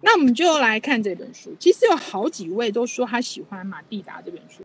那我们就来看这本书。其实有好几位都说他喜欢马蒂达这本书。